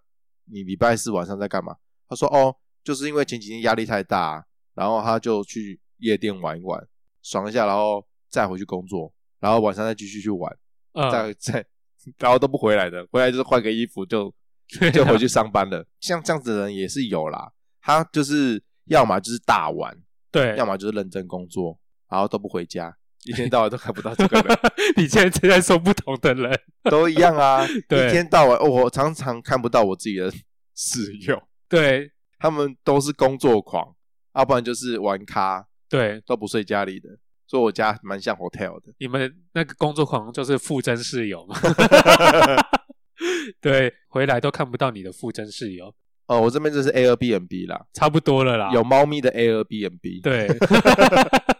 Speaker 2: 你礼拜四晚上在干嘛？”他说：“哦，就是因为前几天压力太大啊、然后他就去夜店玩一玩，爽一下，然后再回去工作，然后晚上再继续去玩，
Speaker 1: 嗯，
Speaker 2: 再再，然后都不回来的，回来就是换个衣服就
Speaker 1: 啊
Speaker 2: 就回去上班了。像这样子的人也是有啦，他就是要么就是大玩，
Speaker 1: *laughs* 对
Speaker 2: 要，么就是认真工作，然后都不回家，一天到晚都看不到这个人，
Speaker 1: *laughs* 你现在正在说不同的人，
Speaker 2: 都一样啊。
Speaker 1: *laughs* 对
Speaker 2: 一天到晚、哦，我常常看不到我自己的 *laughs* 室友，
Speaker 1: 对
Speaker 2: 他们都是工作狂，要、不然就是玩咖，
Speaker 1: 对，
Speaker 2: 都不睡家里的。所以我家蛮像 hotel 的，
Speaker 1: 你们那个工作狂就是附身室友
Speaker 2: *laughs*
Speaker 1: 嘛， *laughs* 对，回来都看不到你的附身室友，
Speaker 2: 哦，我这边就是 Airbnb 啦，
Speaker 1: 差不多了啦，
Speaker 2: 有猫咪的 Airbnb。，
Speaker 1: 啊对，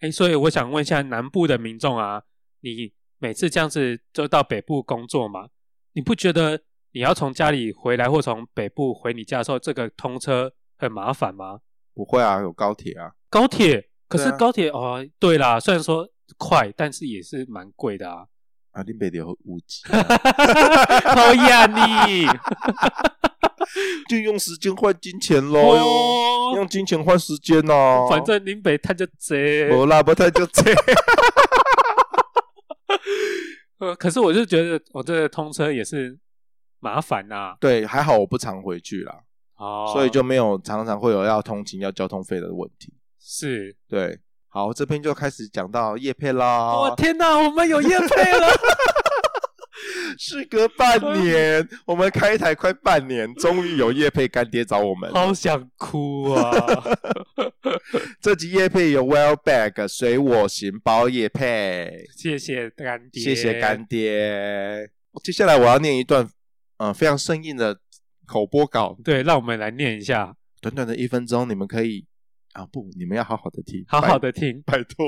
Speaker 1: *laughs* 哎，所以我想问一下南部的民众啊，你每次这样子就到北部工作嘛，你不觉得你要从家里回来或从北部回你家的时候，这个通车很麻烦吗？
Speaker 2: 不会啊，有高铁啊。
Speaker 1: 高铁，可是
Speaker 2: 对啊
Speaker 1: 高铁、哦，对啦，虽然说快，但是也是蛮贵的
Speaker 2: *laughs*
Speaker 1: 啊。
Speaker 2: 啊，林北流五
Speaker 1: *laughs*
Speaker 2: 级，
Speaker 1: 讨厌
Speaker 2: *laughs*
Speaker 1: 你，
Speaker 2: 就用时间换金钱喽，
Speaker 1: 哦
Speaker 2: 用金钱换时间哦。
Speaker 1: 反正林北他就贼。
Speaker 2: 我啦，不太就这样。 *laughs*
Speaker 1: 呃，可是我就觉得我这个通车也是麻烦呐、
Speaker 2: 对，还好我不常回去啦，
Speaker 1: 哦，
Speaker 2: 所以就没有常常会有要通勤要交通费的问题。
Speaker 1: 是，
Speaker 2: 对，好，这边就开始讲到叶配啦。哦
Speaker 1: 我、天哪，我们有夜配
Speaker 2: *laughs*
Speaker 1: 了，
Speaker 2: 事隔半
Speaker 1: 哎
Speaker 2: 年，我们开台快半年，终于有叶配干爹找我们。
Speaker 1: 好想哭啊！
Speaker 2: 这集叶配有 Well Bag 随我行包叶配，
Speaker 1: *laughs* 谢谢干爹，
Speaker 2: 谢谢干爹。接下来我要念一段，呃，非常生硬的口播稿，
Speaker 1: 对，让我们来念一下，
Speaker 2: 短短的一分钟，你们可以啊，不，你们要好好的听，
Speaker 1: 好
Speaker 2: 拜
Speaker 1: 好的听，
Speaker 2: 拜托。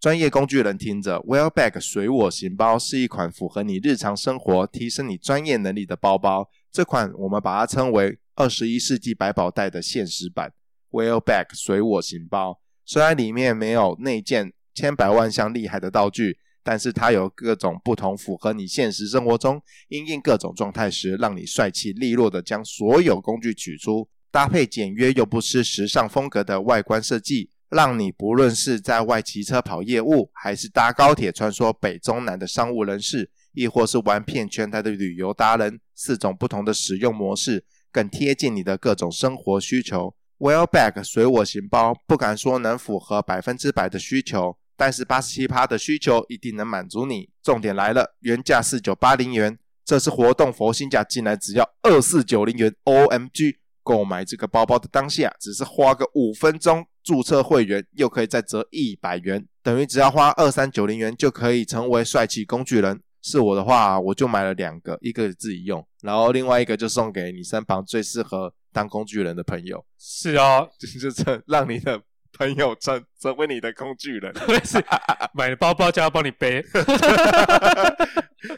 Speaker 2: 专业工具人听着，Well Bag 随我行包是一款符合你日常生活、提升你专业能力的包包。这款我们把它称为二十一世纪百宝袋的现实版。Well Bag 随我行包，虽然里面没有内建千百万项厉害的道具，但是它有各种不同符合你现实生活中因应各种状态时，让你帅气利落的将所有工具取出，搭配简约又不失时尚风格的外观设计，让你不论是在外骑车跑业务，还是搭高铁穿梭北中南的商务人士，亦或是玩遍全台的旅游达人，四种不同的使用模式，更贴近你的各种生活需求。Well Bag 随我行包，不敢说能符合百分之百的需求，但是八十七趴的需求一定能满足你。重点来了，原价四九八零元，这次活动佛心价竟然只要二四九零元，OMG！购买这个包包的当下，只是花个五分钟注册会员，又可以再折一百元，等于只要花二三九零元就可以成为帅气工具人。是我的话，我就买了两个，一个自己用，然后另外一个就送给你身旁最适合当工具人的朋友，
Speaker 1: 是哦， *laughs*
Speaker 2: 就是这让你的朋友成成为你的工具人，
Speaker 1: 是买了包包就要帮你
Speaker 2: *laughs*
Speaker 1: 背，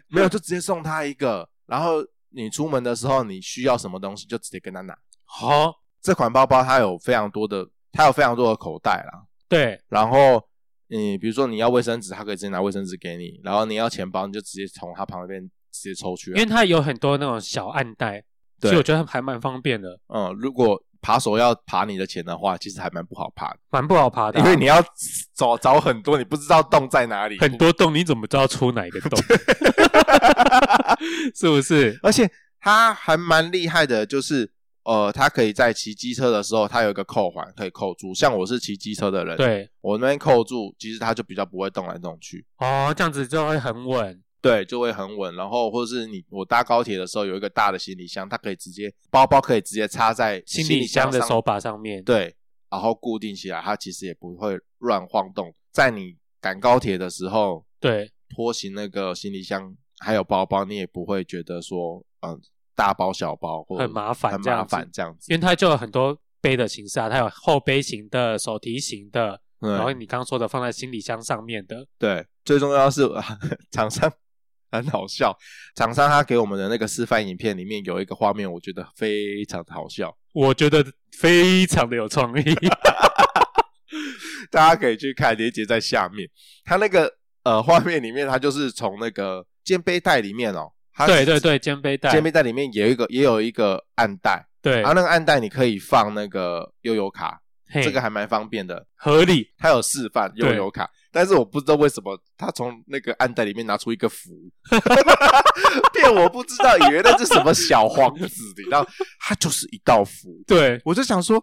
Speaker 2: 没有就直接送他一个，然后你出门的时候你需要什么东西就直接跟他拿。
Speaker 1: 好、
Speaker 2: 这款包包它有非常多的，它有非常多的口袋啦，
Speaker 1: 对，
Speaker 2: 然后你比如说你要卫生纸，他可以直接拿卫生纸给你；然后你要钱包，你就直接从他旁边直接抽去
Speaker 1: 因
Speaker 2: 啊。
Speaker 1: 为它有很多那种小暗袋，
Speaker 2: 对
Speaker 1: 所以我觉得还蛮方便的，
Speaker 2: 嗯，如果扒手要扒你的钱的话，其实还蛮不好扒的，
Speaker 1: 蛮不好爬的啊、
Speaker 2: 因为你要找找很多，你不知道洞在哪里。
Speaker 1: 很多洞，你怎么知道出哪一个
Speaker 2: *laughs*
Speaker 1: 洞？是不是？
Speaker 2: 而且它还蛮厉害的，就是呃，它可以在骑机车的时候，它有一个扣环可以扣住。像我是骑机车的人，
Speaker 1: 对，
Speaker 2: 我那边扣住，其实它就比较不会动来动去。
Speaker 1: 哦，这样子就会很稳，
Speaker 2: 对，就会很稳。然后或者是你我搭高铁的时候有一个大的行李箱，它可以直接包包可以直接插在
Speaker 1: 行
Speaker 2: 李
Speaker 1: 李箱的
Speaker 2: 上
Speaker 1: 手把上面，
Speaker 2: 对，然后固定起来，它其实也不会乱晃动。在你赶高铁的时候，
Speaker 1: 对
Speaker 2: 拖行那个行李箱还有包包，你也不会觉得说嗯大包小包或者
Speaker 1: 很麻烦
Speaker 2: 很
Speaker 1: 这样
Speaker 2: 麻
Speaker 1: 子
Speaker 2: 烦这样子
Speaker 1: 因。为它就有很多背的形式啊，它有后背型的、手提型的，然后
Speaker 2: 对
Speaker 1: 你刚说的放在行李箱上面的，
Speaker 2: 对，最重要是 *laughs* 厂商。很好笑，厂商他给我们的那个示范影片里面有一个画面，我觉得非常的好笑。
Speaker 1: 我觉得非常的有创
Speaker 2: *laughs*
Speaker 1: 意。
Speaker 2: 大家可以去看，连接在下面。它那个呃画面里面，它就是从那个肩背带里面哦，它
Speaker 1: 对对对，肩背带，
Speaker 2: 肩背带里面也有一个也有一个暗袋，
Speaker 1: 对
Speaker 2: 然后，那个暗袋你可以放那个悠游卡，
Speaker 1: 嘿
Speaker 2: 这个还蛮方便的。
Speaker 1: 合理，
Speaker 2: 它有示范悠游卡，但是我不知道为什么他从那个暗袋里面拿出一个符，
Speaker 1: *laughs*
Speaker 2: 骗我不知道，以为那是什么小皇子，你知道，它就是一道符。
Speaker 1: 对
Speaker 2: 我就想说，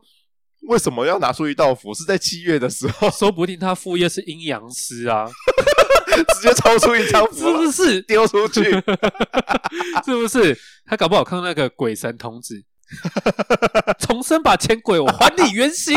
Speaker 2: 为什么要拿出一道符？是在七月的时候 *laughs*
Speaker 1: 哦说不定他副业是阴阳师啊，
Speaker 2: 直接抽出一张
Speaker 1: *laughs*
Speaker 2: 符
Speaker 1: 是不是？
Speaker 2: 丢出去，
Speaker 1: 是不是？他搞不好看那个鬼神童
Speaker 2: *laughs*
Speaker 1: 子，重生吧，钱鬼，我还你原形。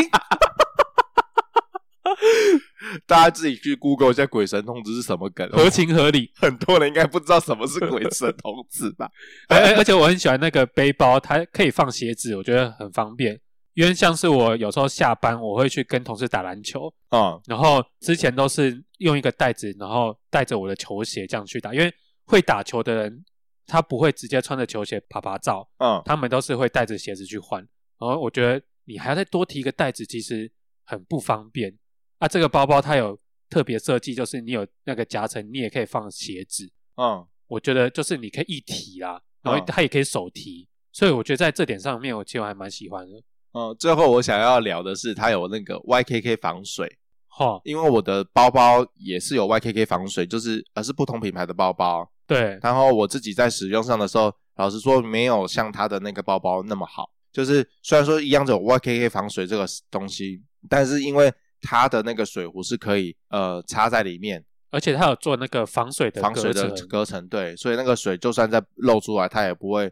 Speaker 2: 大家自己去 Google 一下鬼神童子是什么梗。
Speaker 1: 合情合理。
Speaker 2: 很多人应该不知道什么是鬼神童子吧？
Speaker 1: *laughs* 而而而且我很喜欢那个背包，它可以放鞋子，我觉得很方便。因为像是我有时候下班，我会去跟同事打篮球，
Speaker 2: 啊、
Speaker 1: 然后之前都是用一个袋子，然后带着我的球鞋这样去打。因为会打球的人，他不会直接穿着球鞋爬爬照，
Speaker 2: 嗯
Speaker 1: 他们都是会带着鞋子去换。然后我觉得你还要再多提一个袋子，其实很不方便。啊，这个包包它有特别设计，就是你有那个夹层，你也可以放鞋子。
Speaker 2: 嗯
Speaker 1: 我觉得就是你可以一提啦，然后
Speaker 2: 嗯
Speaker 1: 它也可以手提，所以我觉得在这点上面，我其实我还蛮喜欢的。
Speaker 2: 嗯。最后我想要聊的是，它有那个 YKK 防水，
Speaker 1: 哈，
Speaker 2: 因为我的包包也是有 YKK 防水，就是而是不同品牌的包包。
Speaker 1: 对，
Speaker 2: 然后我自己在使用上的时候，老实说没有像它的那个包包那么好。就是虽然说一样有 YKK 防水这个东西，但是因为它的那个水壶是可以呃插在里面，
Speaker 1: 而且它有做那个防水的
Speaker 2: 防水的
Speaker 1: 隔层
Speaker 2: 隔层，对，所以那个水就算再漏出来，它也不会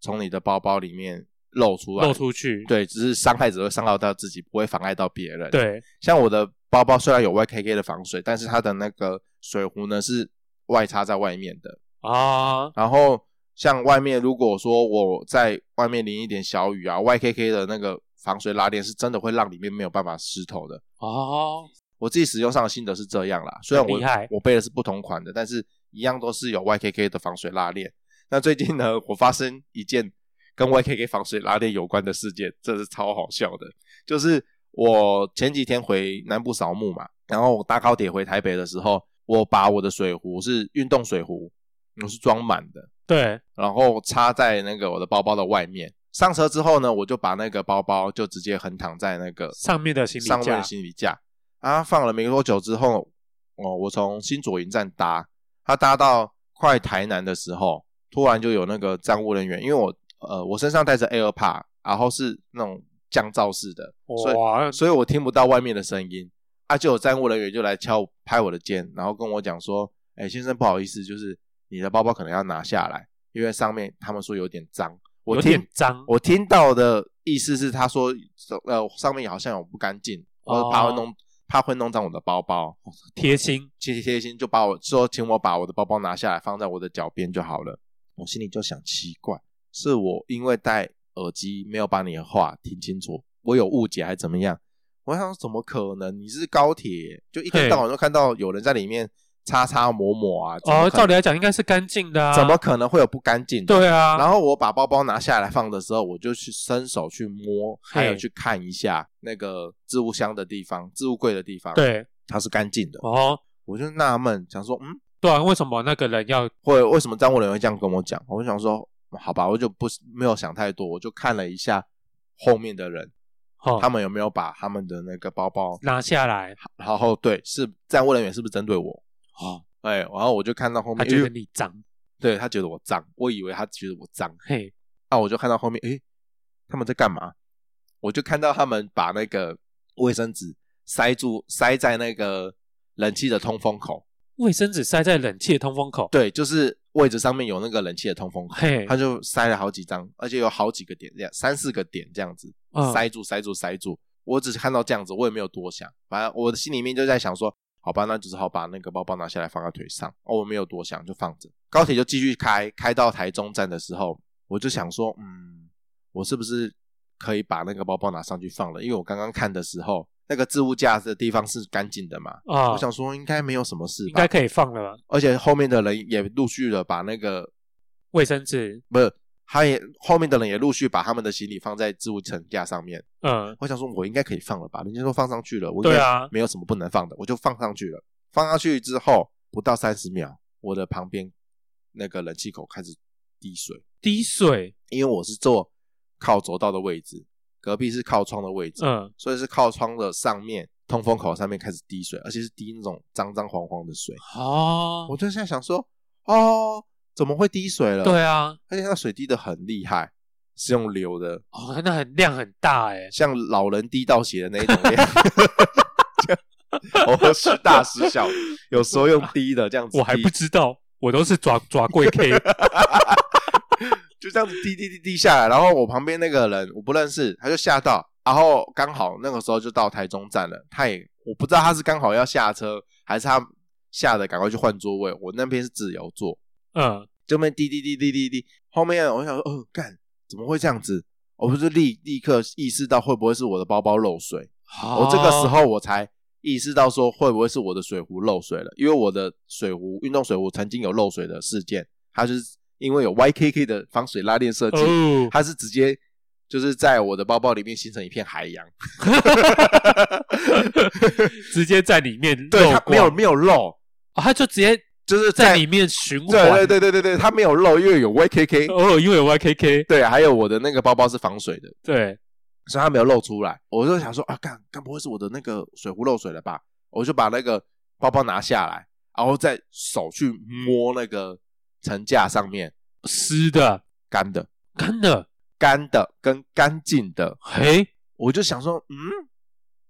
Speaker 2: 从你的包包里面漏出来，
Speaker 1: 露出去，
Speaker 2: 对，只是伤害只会伤害到自己，不会妨碍到别人。，
Speaker 1: 对
Speaker 2: 像我的包包虽然有 YKK 的防水，但是它的那个水壶呢是外插在外面的。
Speaker 1: 啊，
Speaker 2: 然后像外面如果说我在外面淋一点小雨啊，YKK 的那个防水拉链是真的会让里面没有办法湿透的。
Speaker 1: 哦，
Speaker 2: 我自己使用上的心得是这样啦，虽然我
Speaker 1: 很厉害
Speaker 2: 我背的是不同款的，但是一样都是有 YKK 的防水拉链。那最近呢，我发生一件跟 YKK 防水拉链有关的事件，这是超好笑的。就是我前几天回南部扫墓嘛，然后我搭高铁回台北的时候，我把我的水壶是运动水壶，我是装满的，
Speaker 1: 对，
Speaker 2: 然后插在那个我的包包的外面。上车之后呢，我就把那个包包就直接横躺在那个
Speaker 1: 上面的行
Speaker 2: 上
Speaker 1: 李
Speaker 2: 位
Speaker 1: 架
Speaker 2: 的，行李架啊，放了没多久之后，哦，我从新左营站搭，他搭到快台南的时候，突然就有那个站务人员，因为我呃我身上带着 AirPod，然后是那种降噪式的，所以
Speaker 1: 哇，
Speaker 2: 所以我听不到外面的声音，啊，就有站务人员就来敲拍我的肩，然后跟我讲说，哎、先生不好意思，就是你的包包可能要拿下来，因为上面他们说有点脏，我
Speaker 1: 有
Speaker 2: 听
Speaker 1: 点脏，
Speaker 2: 我听到的意思是，他说呃上面好像有不干净，
Speaker 1: 哦
Speaker 2: 或者怕会弄、怕会弄脏我的包包。
Speaker 1: 贴心，
Speaker 2: 贴贴心就把我说请我把我的包包拿下来放在我的脚边就好了。我心里就想奇怪，是我因为戴耳机没有把你的话听清楚，我有误解还怎么样？我想怎么可能？你是高铁，就一天
Speaker 1: 嘿
Speaker 2: 到晚都看到有人在里面擦擦抹抹啊，怎么
Speaker 1: 哦，
Speaker 2: 可
Speaker 1: 照理来讲应该是干净的啊，
Speaker 2: 怎么？可能会有不干净的？
Speaker 1: 对啊，
Speaker 2: 然后我把包包拿下来放的时候，我就去伸手去摸，
Speaker 1: 嘿
Speaker 2: 还有去看一下那个置物箱的地方、置物柜的地方，，
Speaker 1: 对，
Speaker 2: 它是干净的。
Speaker 1: 哦，
Speaker 2: 我就纳闷，想说，嗯，
Speaker 1: 对啊，为什么那个人要
Speaker 2: 会为什么站务人员会这样跟我讲？我就想说，好吧，我就不没有想太多，我就看了一下后面的人，
Speaker 1: 哦
Speaker 2: 他们有没有把他们的那个包包，
Speaker 1: 拿下来？
Speaker 2: 然后对，是站务人员是不是针对我？
Speaker 1: 哦，
Speaker 2: 哎，然后我就看到后
Speaker 1: 他
Speaker 2: 面，
Speaker 1: 觉
Speaker 2: 因
Speaker 1: 得
Speaker 2: 为
Speaker 1: 你脏，
Speaker 2: 对他觉得我脏，我以为他觉得我脏，
Speaker 1: 嘿，
Speaker 2: 啊，我就看到后面，诶，他们在干嘛？我就看到他们把那个卫生纸塞住，塞在那个冷气的通风口。
Speaker 1: 卫生纸塞在冷气的通风口，
Speaker 2: 对，就是位置上面有那个冷气的通风口，
Speaker 1: 嘿
Speaker 2: 他，就塞了好几张，而且有好几个点，这样三四个点这样子
Speaker 1: 嗯
Speaker 2: 塞住、塞住、塞住。我只是看到这样子，我也没有多想，反正我的心里面就在想说，好吧，那就只好把那个包包拿下来放在腿上。哦，我没有多想，就放着。高铁就继续开，开到台中站的时候，我就想说，嗯，我是不是可以把那个包包拿上去放了？因为我刚刚看的时候，那个置物架的地方是干净的嘛，
Speaker 1: 啊，
Speaker 2: 我想说应该没有什么事
Speaker 1: 应
Speaker 2: 吧
Speaker 1: 该。可以放了吧？
Speaker 2: 而且后面的人也陆续的把那个
Speaker 1: 卫生纸，
Speaker 2: 不是，他也后面的人也陆续把他们的行李放在置物层架上面。
Speaker 1: 嗯，
Speaker 2: 我想说，我应该可以放了吧？人家都放上去了，我应
Speaker 1: 对
Speaker 2: 该
Speaker 1: 啊，
Speaker 2: 没有什么不能放的，我就放上去了。放上去之后，不到三十秒，我的旁边那个冷气口开始滴水，
Speaker 1: 滴水，
Speaker 2: 因为我是坐靠走道的位置，隔壁是靠窗的位置，
Speaker 1: 嗯，
Speaker 2: 所以是靠窗的上面通风口上面开始滴水，而且是滴那种脏脏黄黄的水。
Speaker 1: 哦
Speaker 2: 我，就现在想说，哦，怎么会滴水了？
Speaker 1: 对啊，
Speaker 2: 而且那水滴的很厉害，是用流的，
Speaker 1: 哦，那很量很大哎、
Speaker 2: 像老人滴到血的那一种 *laughs* 量，偶尔时大时小，有时候用滴的这样子滴，
Speaker 1: 我还不知道，我都是抓抓贵
Speaker 2: *laughs*
Speaker 1: K，
Speaker 2: 就这样子滴滴滴滴下来，然后我旁边那个人我不认识，他就吓到，然后刚好那个时候就到台中站了，他也我不知道他是刚好要下车，还是他吓得赶快去换座位，我那边是自由座，
Speaker 1: 嗯，
Speaker 2: 这边滴滴滴滴滴滴，后面我想说，哦，干，怎么会这样子？我不是立立刻意识到会不会是我的包包漏水，我这个时
Speaker 1: 哦
Speaker 2: 候我才意识到说会不会是我的水壶漏水了，因为我的水壶运动水壶曾经有漏水的事件，它就是因为有 YKK 的防水拉链设计，
Speaker 1: 哦，
Speaker 2: 它是直接就是在我的包包里面形成一片海洋，
Speaker 1: 直接在里面
Speaker 2: 对，
Speaker 1: 漏
Speaker 2: 它没有
Speaker 1: 光
Speaker 2: 没有漏，
Speaker 1: 哦他就直接
Speaker 2: 就是
Speaker 1: 在里面循环，
Speaker 2: 对对对对对对，它没有漏，因为有 YKK，
Speaker 1: 哦，因为有 YKK，
Speaker 2: 对，还有我的那个包包是防水的，
Speaker 1: 对，
Speaker 2: 所以它没有漏出来。我就想说啊，干干不会是我的那个水壶漏水了吧？我就把那个包包拿下来，然后再手去摸那个层架上面
Speaker 1: 湿的、
Speaker 2: 干的、
Speaker 1: 干的，
Speaker 2: 干的跟干净的，
Speaker 1: 嘿，
Speaker 2: 我就想说，嗯，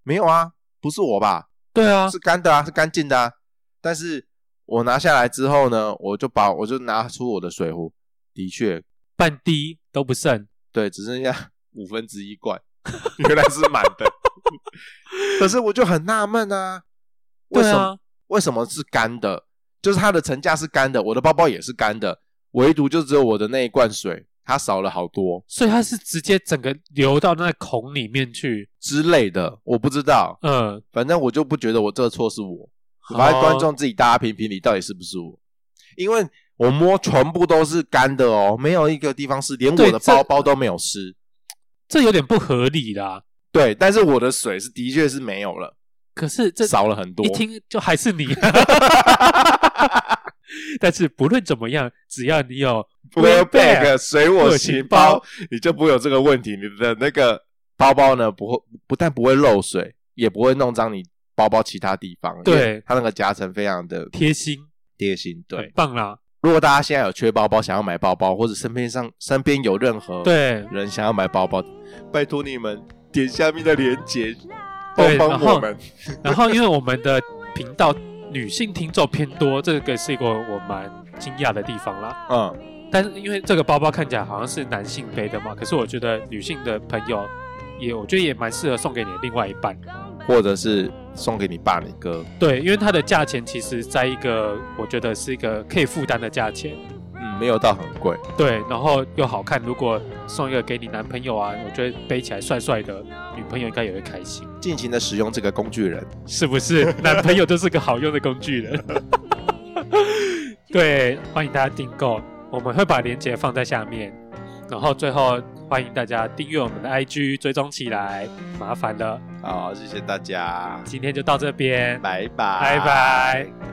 Speaker 2: 没有啊，不是我吧？
Speaker 1: 对啊，
Speaker 2: 是干的啊，是干净的啊。但是我拿下来之后呢，我就把我就拿出我的水壶，的确
Speaker 1: 半滴都不剩，
Speaker 2: 对，只剩下 *laughs* 五分之一
Speaker 1: *laughs*
Speaker 2: 罐，原来是满的。可是我就很纳闷啊，为
Speaker 1: 对
Speaker 2: 什么、
Speaker 1: 啊，
Speaker 2: 为什么是干的？就是它的层架是干的，我的包包也是干的，唯独就只有我的那一罐水，它少了好多
Speaker 1: 所以它是直接整个流到那孔里面去，
Speaker 2: 之类的，我不知道。
Speaker 1: 嗯，
Speaker 2: 反正我就不觉得我这错是我，反正观
Speaker 1: 哦
Speaker 2: 众自己大家评评理，到底是不是我？因为我摸全部都是干的哦，没有一个地方是，连
Speaker 1: 对
Speaker 2: 我的
Speaker 1: 这
Speaker 2: 包包都没有湿。
Speaker 1: 这有点不合理啦。
Speaker 2: 对，但是我的水是的确是没有了，
Speaker 1: 可是 *laughs* 这
Speaker 2: 少了很多
Speaker 1: 一。听就还是
Speaker 2: *laughs*
Speaker 1: 你。但是不论怎么样，只要你有
Speaker 2: Wear bag 随我
Speaker 1: 行
Speaker 2: 行
Speaker 1: 包
Speaker 2: 包，你就不会有这个问题。你的那个包包呢，不会不但不会漏水，也不会弄脏你包包其他地方。
Speaker 1: 对
Speaker 2: 因为它那个夹层非常的
Speaker 1: 贴心，
Speaker 2: 贴心。对
Speaker 1: 很，棒啦。
Speaker 2: 如果大家现在有缺包包，想要买包包，或者身边上身边有任何
Speaker 1: 对
Speaker 2: 人想要买包包，拜托你们点下面的链接，
Speaker 1: 对
Speaker 2: 帮
Speaker 1: 然
Speaker 2: 帮
Speaker 1: 后
Speaker 2: 我们。
Speaker 1: 然后因为我们的频道女性听众偏多，这个是一个我蛮惊讶的地方啦。
Speaker 2: 嗯，
Speaker 1: 但是因为这个包包看起来好像是男性背的嘛，可是我觉得女性的朋友也，我觉得也蛮适合送给你的另外一半。
Speaker 2: 或者是送给你爸你哥。
Speaker 1: 对，因为它的价钱其实在一个我觉得是一个可以负担的价钱，
Speaker 2: 嗯，没有到很贵。
Speaker 1: 对，然后又好看。如果送一个给你男朋友啊，我觉得背起来帅帅的，女朋友应该也会开心，
Speaker 2: 尽情的使用这个工具人。
Speaker 1: 是不是？男朋友就是个好用的工具人。对，欢迎大家订购，我们会把链接放在下面。然后最后欢迎大家订阅我们的 IG，追踪起来，麻烦了。
Speaker 2: 好，谢谢大家，
Speaker 1: 今天就到这边，
Speaker 2: 拜拜，
Speaker 1: 拜拜